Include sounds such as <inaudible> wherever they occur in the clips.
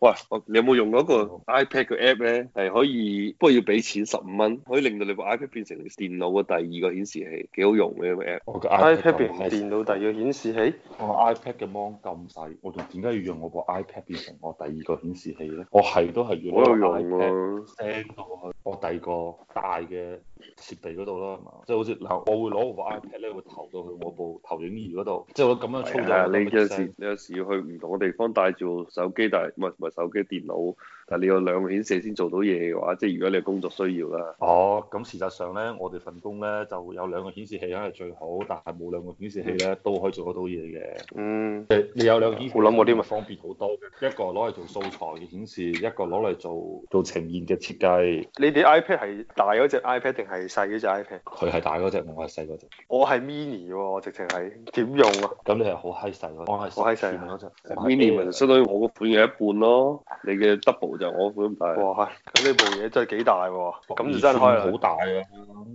喂，我你有冇用嗰個哦 iPad 嘅 app 咧？係可以，不過要俾錢十五蚊，可以令到你部 iPad 變成電腦嘅第二個顯示器，幾好用嘅個 app。我個 iPad iPad 變變成電腦第二個顯示器，我 iPad 嘅芒咁細，我仲點解要用我部 iPad 變成我第二個顯示器咧？我係都係要我有攞個用 iPad 啊， send 到去我第二個大嘅設備嗰度啦，係嘛？即係好似嗱，我會攞我部 iPad 咧，會投到去我部投影儀嗰度，即係我咁樣操係作啊，我你覺得有 make sense。時你有時要去唔同嘅地方帶住手機，但係唔係唔係手機電腦，但係你有兩個顯示器先做到嘢嘅話，即係如果你有工作需要啦。哦，咁事實上咧，我哋份工咧就有兩個顯示器梗係最好，但係冇兩個顯示器咧都可以做得到嘢嘅。嗯，你你有兩個顯示器，我諗嗰啲咪啊方便好多嘅，一個攞嚟做素材嘅顯示，一個攞嚟做做呈現嘅設計。你哋 iPad 係大嗰隻 iPad 定係細嗰隻 iPad？佢係大嗰只，我係細嗰只。我係 mini 喎，我直情係點用啊？咁你係好閪細嗰隻，我係好閪細啊嗰只。 mini 咪就相當於我嗰款嘅一半咯，你嘅 double 就係我款咁大。哇，咁呢部嘢真係幾大喎，咁就真係開好啦。大啊！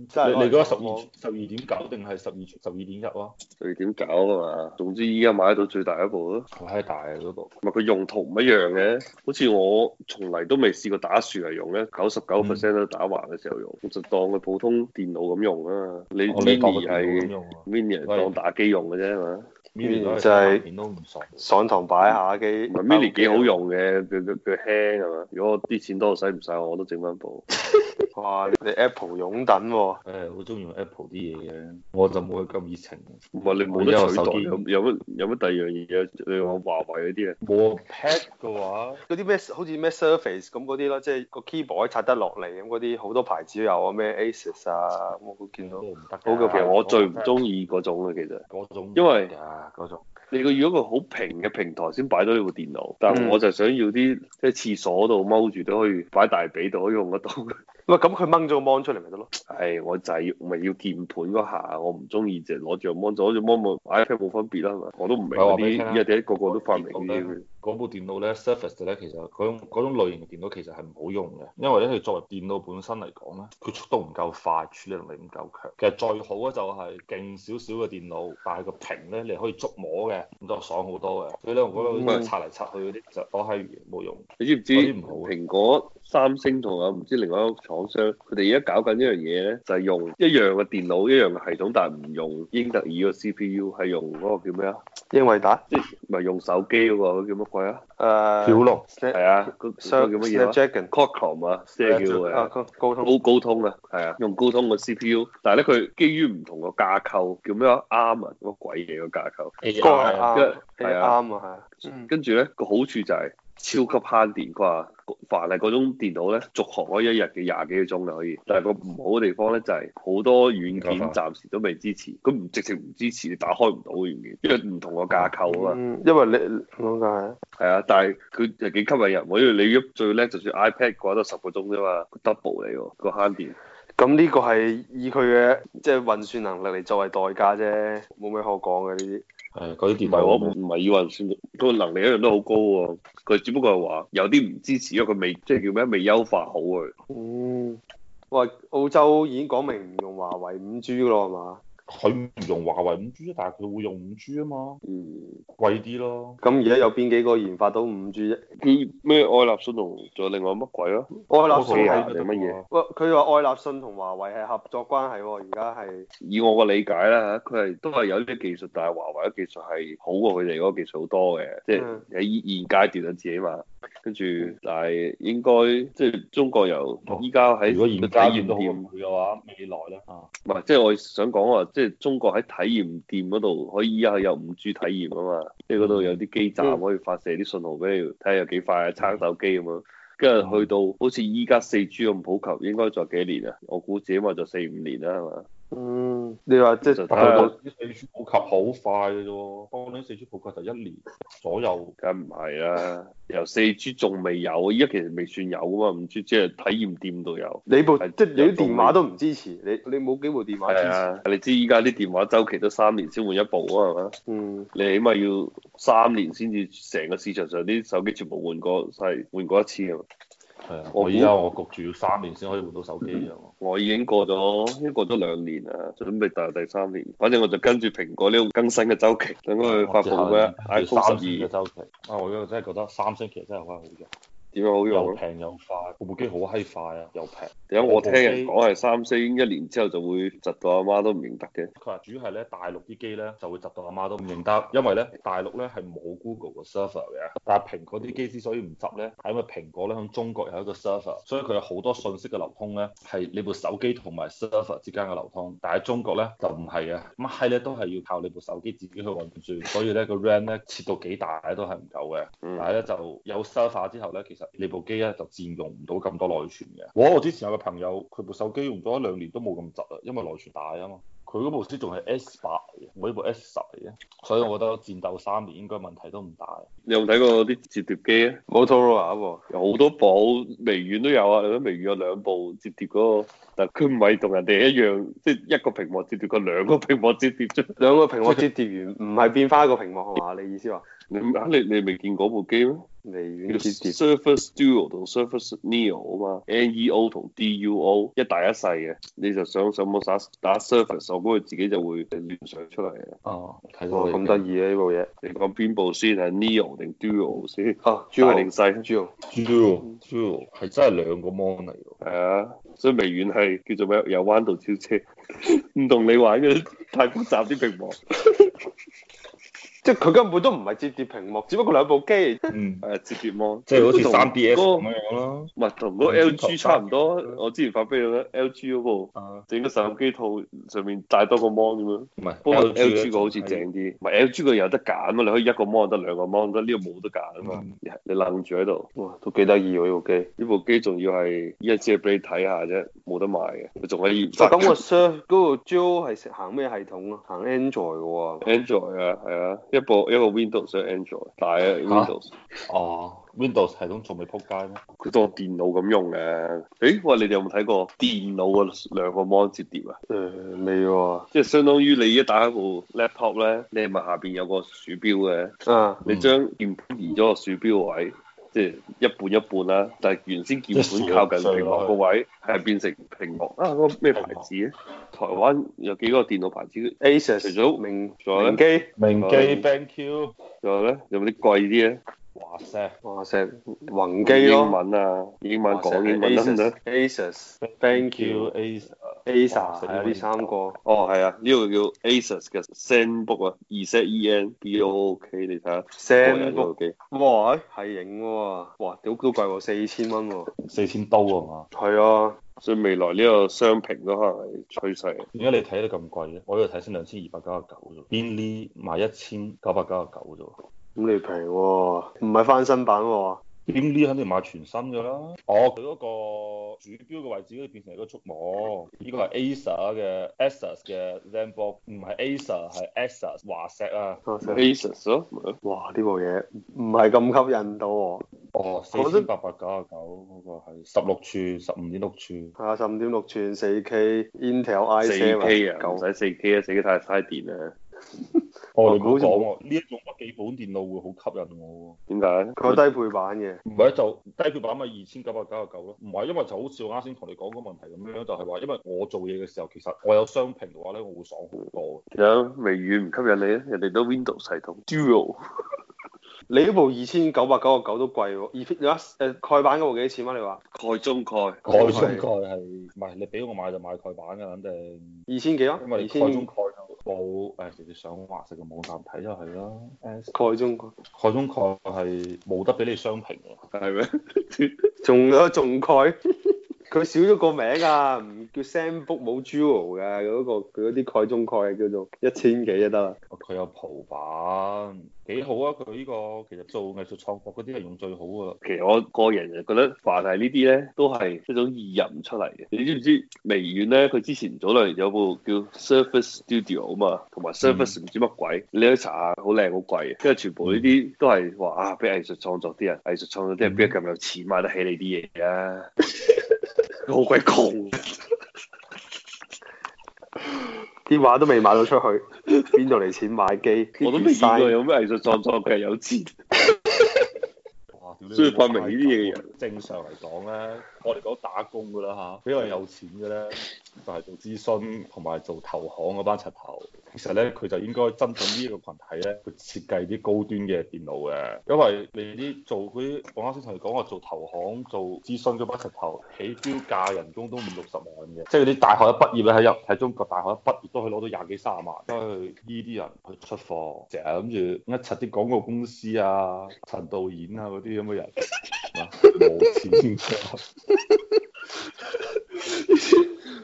真係你你嗰十我二十二點九定係十二十二點一啊？佢點搞啊嘛？總之依家買得到最大一部咯，好閪大啊嗰部！咪佢用途唔一樣嘅。好似我從嚟都未試過打樹嚟用咧，九十九 percent 都打橫嘅時候用，我就當佢普通電腦咁用啊。你我哦你當 mini 佢咁係用啊 mini 係當打機用嘅啫嘛， ，mini 攞嚟就係打電都唔爽。上堂擺下機啊唔係 mini 幾好，用嘅，佢佢佢輕係嘛。如果我啲錢多使唔晒，我都整翻部。哇！你 Apple 擁趸喎，誒，好中意用 Apple 啲嘢嘅，我就冇佢咁熱情。唔係你冇得取代，有有乜有乜第二樣嘢？你話華為嗰啲啊？冇啊 Pad 嘅話，嗰啲咩好似咩 Surface 咁嗰啲咯，即係個 keyboard 拆得落嚟咁嗰啲，好多牌子都有啊，咩 Asus 啊，咁我見到都。唔得㗎。好嘅其實我最唔中意嗰種嘅，其實嗰種，因為嗰種你個要一個好平嘅平台先擺到呢部電腦，但嗯係我就想要啲即係廁所度踎住都可以擺大髀度可以用得到。 <laughs> 喂，咁佢掹咗個 mon 出嚟咪得咯？唉，我就係要咪要鍵盤嗰下，我唔中意就攞住個 mon，攞住 mon 冇 iPad 冇分別啦係嘛，我都唔明我嗰話俾你啲聽啊而家啲個個都發明嗰電腦啲。嗰部電腦咧，Surface 咧，其實嗰種嗰種類型嘅電腦其實係唔好用嘅，因為咧佢作為電腦本身嚟講咧，佢速度唔夠快，處理能力唔夠強。其實最好咧就係勁少少嘅電腦，但係個屏咧你可以觸摸嘅，咁就爽好多嘅。所以咧，我嗯覺得好似擦嚟擦去嗰啲就多閪餘冇用。你知唔知嗰啲唔好啊蘋果、三星同埋唔知另外一個廠商，佢哋而家搞緊一樣嘢咧，就係、用一樣嘅電腦、一樣嘅系統，但係唔用英特爾個 CPU，係用嗰個叫咩啊？英偉達即係咪用手機嗰、個叫乜鬼啊？誒龍呃 Snap- 係啊，嗰嗰個叫乜嘢啊 Snapdragon ？Qualcomm 啊，即係叫誒啊，高高通高高通啊，係啊，用高通個 CPU，但係咧佢基於唔同個架構，叫咩啊？ARM 啊乜鬼嘢個架構，個係啱跟，係係啊啱啊，嗯係啊。跟住咧個好處就係超級慳電，佢話凡係嗰種電腦咧，續航可以一日嘅廿幾個鐘就可以，但係個唔好嘅地方咧就係好多軟件暫時都未支持，佢唔直情唔支持，你打開唔到嘅軟件，因為唔同個架構啊嘛。嗯，因為你咁解，係啊，但係佢係幾吸引人喎，因為你喐最叻就算 iPad 嘅話都十個鐘啫嘛，double 嚟喎個慳電。咁呢個係以佢嘅即係運算能力嚟作為代價啫，冇咩可講嘅呢係嗰啲唔電係腦我唔唔係要運算，個能力一樣都好高喎、佢只不過係話有啲唔支持，因為佢未即係叫咩未優化好啊佢。啲。嗯，喂，澳洲已經講明唔用華為五 G 噶咯，係嘛？佢唔用華為五 G，但係佢會用五 G 啊嘛，嗯，貴啲咯。咁而家有邊幾個研發到五 G 啫？佢咩愛立信同仲有另外乜鬼咯、愛立信信係啊係，定乜嘢？啊喂，佢話愛立信同華為係合作關係喎，而家係。以我個理解啦，佢係都係有啲技術，但係華為嘅技術係好過佢哋嗰個技術好多嘅，即係嗯喺現階段啊自己嘛。跟住，但係應該即係中國由哦依家喺如果而體家見驗到好過店。佢嘅話，未來咧啊，唔係，即係我想講話，即係中國喺體驗店嗰度可以依家有五 G 體驗啊嘛，即係嗰度有啲基站可以發射啲信號俾你，睇下有幾快啊，撐手機咁樣。跟住去到好似依家四 G 咁普及，應該仲有幾年啊？我估自己話就四五年啦，係嘛？嗯，你話即係就但係睇到啲四 G 普及好快嘅啫喎，當年四 G 普及就一年左右。梗唔係啦，由四 G 仲未有，依家其實未算有啊嘛，五 G 只係體驗店度有。你部係即係你啲電話都唔支持，你你冇幾部電話支係持。啊，你知依家啲電話周期都三年先換一部啊，係嘛？嗯，你起碼要三年先至成個市場上啲手機全部換過晒，換過一次啊嘛。係啊，我我依家我焗住要三年先可以換到手機嘅喎。我已經過咗，已經過咗兩年啦，準備踏入第三年。反正我就跟住蘋果呢種更新嘅周期，等佢發布咩我之 iPhone 後要十三星期嘅二周期。啊，我而家真係覺得三星其實真係好閪好用，點樣好啊又用咧？平又快，部部機好閪快啊，又平。點解我聽人部機講係三星一年之後就會窒到阿媽都唔認得嘅？佢話主要係咧大陸啲機咧就會窒到阿媽都唔認得，因為咧大陸咧係冇 Google 個 server 嘅，但係蘋果啲機之所以唔執咧，係因為蘋果咧喺中國有一個 server，所以佢有好多信息嘅流通咧係你部手機同埋 server 之間嘅流通，但係中國咧就唔係嘅，乜閪咧都係要靠你部手機自己去運轉，所以咧個 RAM 咧切到幾大咧都係唔夠嘅。嗯但係咧就有 server 之後咧，其實你部機咧就佔用唔到咁多內存嘅。我我之前有個朋友，佢部手機用咗一兩年都冇咁窒啊，因為內存大啊嘛。佢嗰部先仲係 S 八嚟嘅，我呢部 S 十嚟嘅，所以我覺得戰鬥三年應該問題都唔大。你有冇睇過啲折疊機啊？ Motorola 喎，有好多部，微軟都有啊。你睇微軟有兩部折疊嗰、個，但佢唔係同人哋一樣，即、係、一個屏幕折疊，佢兩個屏幕折疊啫。兩個屏幕折疊完，唔係變翻一個屏幕係嘛？你意思話你啊你你未見過部機咩？微叫軟折疊 Surface Duo 同 Surface Neo 啊嘛，NEO 同 DUO 一大一細嘅，你就想上網打打 Surface，我估佢自己就會聯想出嚟嘅。哦，睇到喎？你咁得意啊呢部嘢你講邊部先係 Neo 定 Duo 先？啊！朱大定紅細？朱紅 Duo Duo 係真係兩個 mon 嚟㗎。係啊，所以微軟係叫做咩？有彎道超車， <laughs> 唔同你玩嘅，太複雜啲屏幕。即係佢根本都唔係折疊屏幕，只不過兩部機。嗯，誒，啊折疊芒，即係好似同三 DS 嗰咁啊個樣咯。唔係同嗰個 LG 差唔多。我之前發俾你啦，LG 嗰部啊，整個手機套上面帶多個芒咁樣。唔係不過 LG LG 個好似正啲，唔係 LG 個有得揀啊，你可以一個 mon 得兩個 mon 得，呢個冇得揀啊嘛，你愣住喺度，哇，都幾得意喎呢部機。呢部機仲要係依家只係俾你睇下啫，冇得賣嘅，佢仲喺研啊發。咁個 Surf 嗰個 Duo 係食行咩系統啊？行 Android 嘅喎。 Android 啊，係啊，一部一個 Windows 上 Android，但係 Windows 哦，Windows 系統仲未撲街咩？佢當電腦咁用嘅。誒，喂，你哋有冇睇過電腦嘅兩個 mon 折疊啊？誒未喎。即係相當於你一打開部 laptop 咧，你係咪下邊有個鼠標嘅？啊，你將鍵盤移咗個鼠標位，即係一半一半啦。但係原先鍵盤靠近屏幕個位，係變成屏幕啊！嗰個咩牌子咧？台灣有幾個電腦牌子？ Asus 除咗明仲有咧明機，明基 BenQ，仲有咧，有冇啲貴啲咧？哇塞！哇石宏基英咯，文啊，英文哇石講英文得唔得？ Asus、Thank You、 A Acer 哇係啊呢三個。哦，係啊，呢個叫 ASUS 嘅 ZenBook 啊，E Z E N B O O K，你睇下哦 Zenbook 部機哇，哎係型喎，哇，屌都貴喎，四千蚊喎。四千刀啊嘛？係啊，所以未來呢個雙屏都可能係趨勢。點解你睇得咁貴咧？我呢度睇先兩千二百九十九啫，Mini 賣一千九百九十九咁你平喎，唔係翻新版喎。啊啫喎，Mini 肯定賣全新㗎啦。哦，佢嗰個主標嘅位置可以變成一個觸摸，呢個係 Acer 嘅 Asus 嘅 ZenBook，唔係 Acer 係 Asus 華碩啊。哇石 ASUS 咯，咪哇，呢部嘢唔係咁吸引到我。哦，四我都千八百九十九嗰個係十六寸，十五點六寸。係啊，十五點六寸四 K Intel i 四7 K 啊，唔使四 K 啊，四 K 太嘥電啊啦。哦，你唔好好似講喎，呢一種筆記本電腦會好吸引我喎。點解咧？佢有低配版嘅。唔係就低配版咪二千九百九十九咯，唔係因為就好似我啱先同你講個問題咁樣，就係話因為我做嘢嘅時候，其實我有雙屏嘅話咧，我會爽好多嘅。有微軟唔吸引你啊？人哋都 Windows 系統 Duo 你呢部二千九百九十九都貴喎，而而家誒呃蓋版嗰部幾錢啊？你話蓋中蓋，蓋中蓋係唔係你俾我買就買蓋版嘅，肯定，二千幾啊？因為二你蓋中千蓋就冇誒直接上華碩嘅網站睇就係啦。S 蓋中蓋，蓋中蓋係冇得俾你雙屏嘅，係咩？仲有仲蓋， <laughs> 佢少咗個名啊，唔叫 Sambook 冇 Jewel 嘅嗰、個，佢嗰啲蓋中蓋叫做一千幾就得啦。佢有葡版幾好啊！佢呢個其實做藝術創作嗰啲係用最好噶啦。其實我個人就覺得，凡係呢啲咧，都係一種意淫出嚟嘅。你知唔知微軟咧？佢之前早兩年有部叫 Surface Studio 啊嘛，同埋 Surface 唔知乜鬼，你去查下，好靚好貴嘅。跟住全部呢啲都係話啊，俾藝術創作啲人，藝術創作啲人邊有咁有錢買得起你啲嘢 <laughs> 啊？好鬼窮， <laughs> 啲畫都未賣到出去，邊度嚟錢買機？我都未見過啲 design 有咩藝術創作嘅人有錢。哇！屌呢個所以發明呢啲嘢嘅人正常嚟講咧，我哋講打工噶啦嚇，比較有錢嘅咧，就係、做諮詢同埋做投行嗰班柒頭。其實咧，佢就應該針對呢一個群體咧，佢設計啲高端嘅電腦嘅，因為你啲做嗰啲，我啱先同你講，我做投行做諮詢嗰班柒頭，起標價人工都五六十萬嘅，即係嗰啲大學一畢業咧喺入喺中國大學一畢業都可以攞到廿幾三十萬，都去呢啲人去出貨，成日諗住一柒啲廣告公司啊、陳導演啊嗰啲咁嘅人，係嘛冇錢㗎。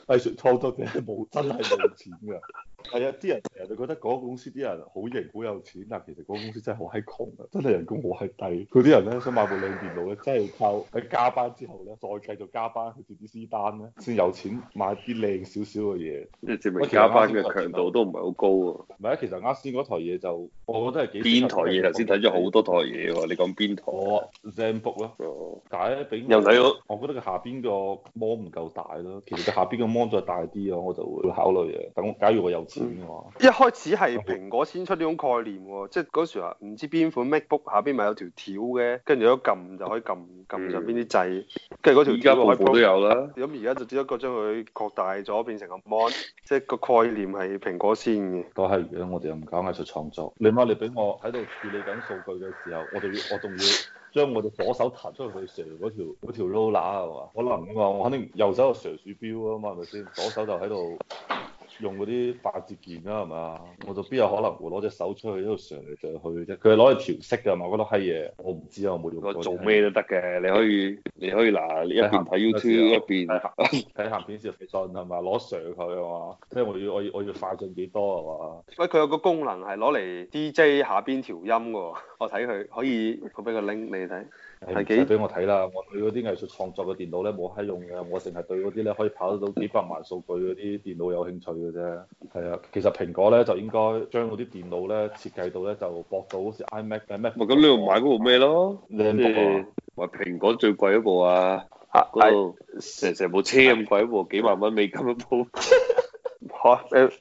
藝術創作者係冇真係冇錢㗎。係啊，啲人成日就覺得嗰個公司啲人好型好有錢，但其實嗰個公司真係好閪窮啊，真係人工好閪低。嗰啲人咧想買部靚電腦咧，真係要靠喺加班之後咧，再繼續加班去接啲私單咧，先有錢買啲靚少少嘅嘢。即係證明加班嘅強度都唔係好高啊。唔係啊，其實啱先嗰台嘢就我覺得係幾邊台嘢頭先睇咗好多台嘢喎，你講邊台？我 ZenBook 咯，哦，但係咧俾我又睇到我覺得佢下邊個芒唔夠大咯，其實佢下邊個芒再大啲嘅，我就會考慮嘅。等我假如我有錢嘅話，一開始係蘋果先出呢種概念喎，即係嗰時話唔知邊款 MacBook 下邊咪有條條嘅，跟住一撳就可以撳撳上邊啲掣，跟住嗰條而家部條就部可都以 pro- 有啦。咁而家就只不過將佢擴大咗變成個 mon，即係個概念係蘋果先嘅。都係如果我哋又唔搞藝術創作，你媽你俾我喺度處理緊數據嘅時候，我仲要我仲要將我隻左手彈出去射嗰條嗰條 roller 係嘛？可能啊嘛，我肯定右手就射鼠標啊嘛，係咪先？左手就喺度。用嗰啲快捷鍵啦，係嘛？我就邊有可能會攞隻手出去一度上嚟上去啫？佢係攞嚟調色㗎係嘛？嗰度閪嘢，我唔知啊，我冇用過。我做咩都得嘅，你可以你可以嗱，你一邊睇 YouTube 一邊睇鹹片先入信係嘛？攞上佢係嘛？即係我要我要我要快進幾多喂，佢有個功能係攞嚟 DJ 下邊調音嘅喎，我睇佢可以，我俾個 link 你睇。係嘛？係幾唔使俾我睇啦！我對嗰啲藝術創作嘅電腦咧冇閪用嘅，我淨係對嗰啲咧可以跑得到幾百萬數據嗰啲電腦有興趣嘅啫。係啊，其實蘋果咧就應該將嗰啲電腦咧設計到咧就駁到好似 iMac 嘅 Mac。咪咁你咪買嗰部咩咯？靚即部係啊！買蘋果最貴嗰部啊，啊嗰度成成部車咁貴一部，幾萬蚊美金一部。 <laughs> 嚇誒，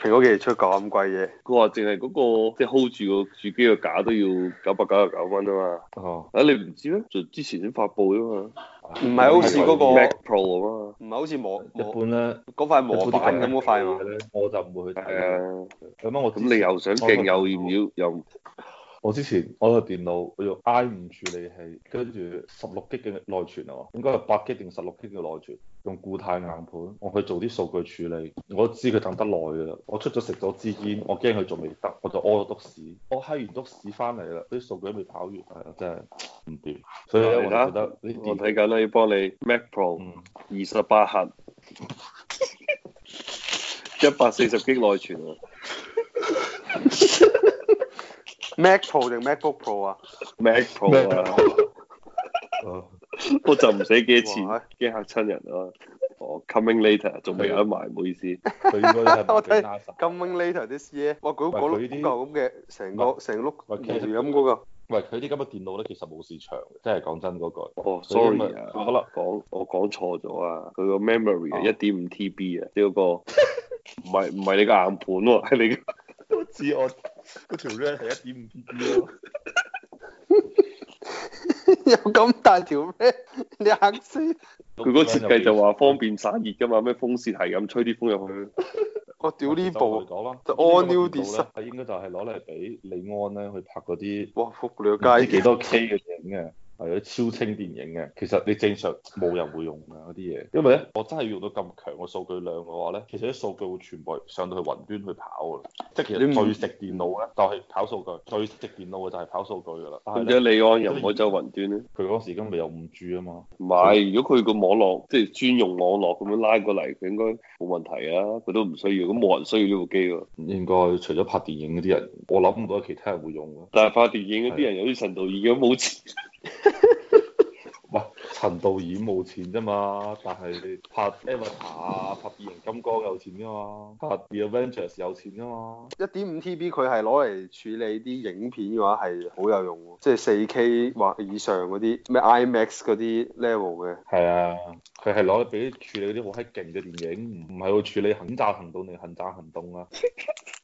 蘋果幾時出咁貴嘢？佢話淨係嗰個即係 hold 住個主機個架都要九百九十九蚊啊嘛。哦，啊，你唔知咩？就之前先發布啫嘛。啊唔係好似嗰個 Mac Pro 啊嘛。唔係好似磨一磨般咧，嗰塊一磨般板啲咁嗰塊嘛？咧，我就唔會去睇係嘅。啊，咁樣我之咁你前又想勁又要唔要又？我之前我台電腦我用 i 五處理器，跟住十六 G 嘅內存啊，應該係八 G 定十六 G 嘅內存，用固態硬盤，我去做啲數據處理，我都知佢等得耐㗎啦。我出咗食咗支煙，我驚佢仲未得，我就屙咗督屎，我閪完督屎翻嚟啦，啲數據都未跑完，係啊，真係唔掂。所以咧，啊我就覺得呢啊我啲，睇緊啦，要幫你 Mac Pro 嗯，二十八核，一百四十 G 內存啊 Mac Pro 定 MacBook Pro 啊？ ，Mac Pro 啊，啊我就唔使幾多錢哇，驚嚇親人啊！哦，coming later，仲未有啊得賣，唔好意思。佢應該 <laughs> 都係我賣俾睇 NASA。 Coming later this year，哇！嗰喂嗰碌佢呢啲嚿咁嘅，成個成碌喂其實魚咁嗰個， <laughs> 喂，佢啲咁嘅電腦咧，其實冇市場嘅，真係講真嗰句。哦所以，sorry 咪啊，可能講我講錯咗啊，佢個 memory 哦啊一點五 TB 啊，呢個唔係唔係你個硬盤喎， <laughs> 係你個都似我嗰條 RAM 係一點五 GB 咯。有咁大條咩？ <laughs> 你嚇死！佢嗰個設計就話方便散熱㗎嘛，咩風扇係咁吹啲風入去。我屌呢我部，啊講啦就 all 呢個 new 電腦 design 咧，應該就係攞嚟俾李安咧去拍嗰啲哇！仆你唔個知幾街！多 K 嘅電影嘅。係嗰啲超清電影嘅，其實你正常冇人會用㗎嗰啲嘢，因為咧我真係用到咁強嘅數據量嘅話咧，其實啲數據會全部上到去雲端去跑㗎啦。即係其實你唔最食電腦咧就係跑數據，最食電腦嘅就係跑數據㗎啦。但係咁咧點解李安又唔可以走雲端咧？佢嗰時已經未有五 G 啊嘛，唔係，如果佢個網絡即係專用網絡咁樣拉過嚟，佢應該冇問題啊。佢都唔需要，咁冇人需要呢部機喎。應該除咗拍電影嗰啲人，我諗唔到有其他人會用㗎。但係拍電影嗰啲人有啲神導演咁冇錢，喂，陳導演冇錢啫嘛，但係拍 Avatar 啊、拍變形金剛有錢噶嘛，拍 The Avengers 有錢噶嘛，一點五 TB 佢係攞嚟處理啲影片嘅話係好有用喎，即係四 K 或以上嗰啲咩 IMAX 嗰啲 level 嘅。係啊，佢係攞嚟俾處理嗰啲好閪勁嘅電影，唔係去處理狠炸行動定狠炸行動啊，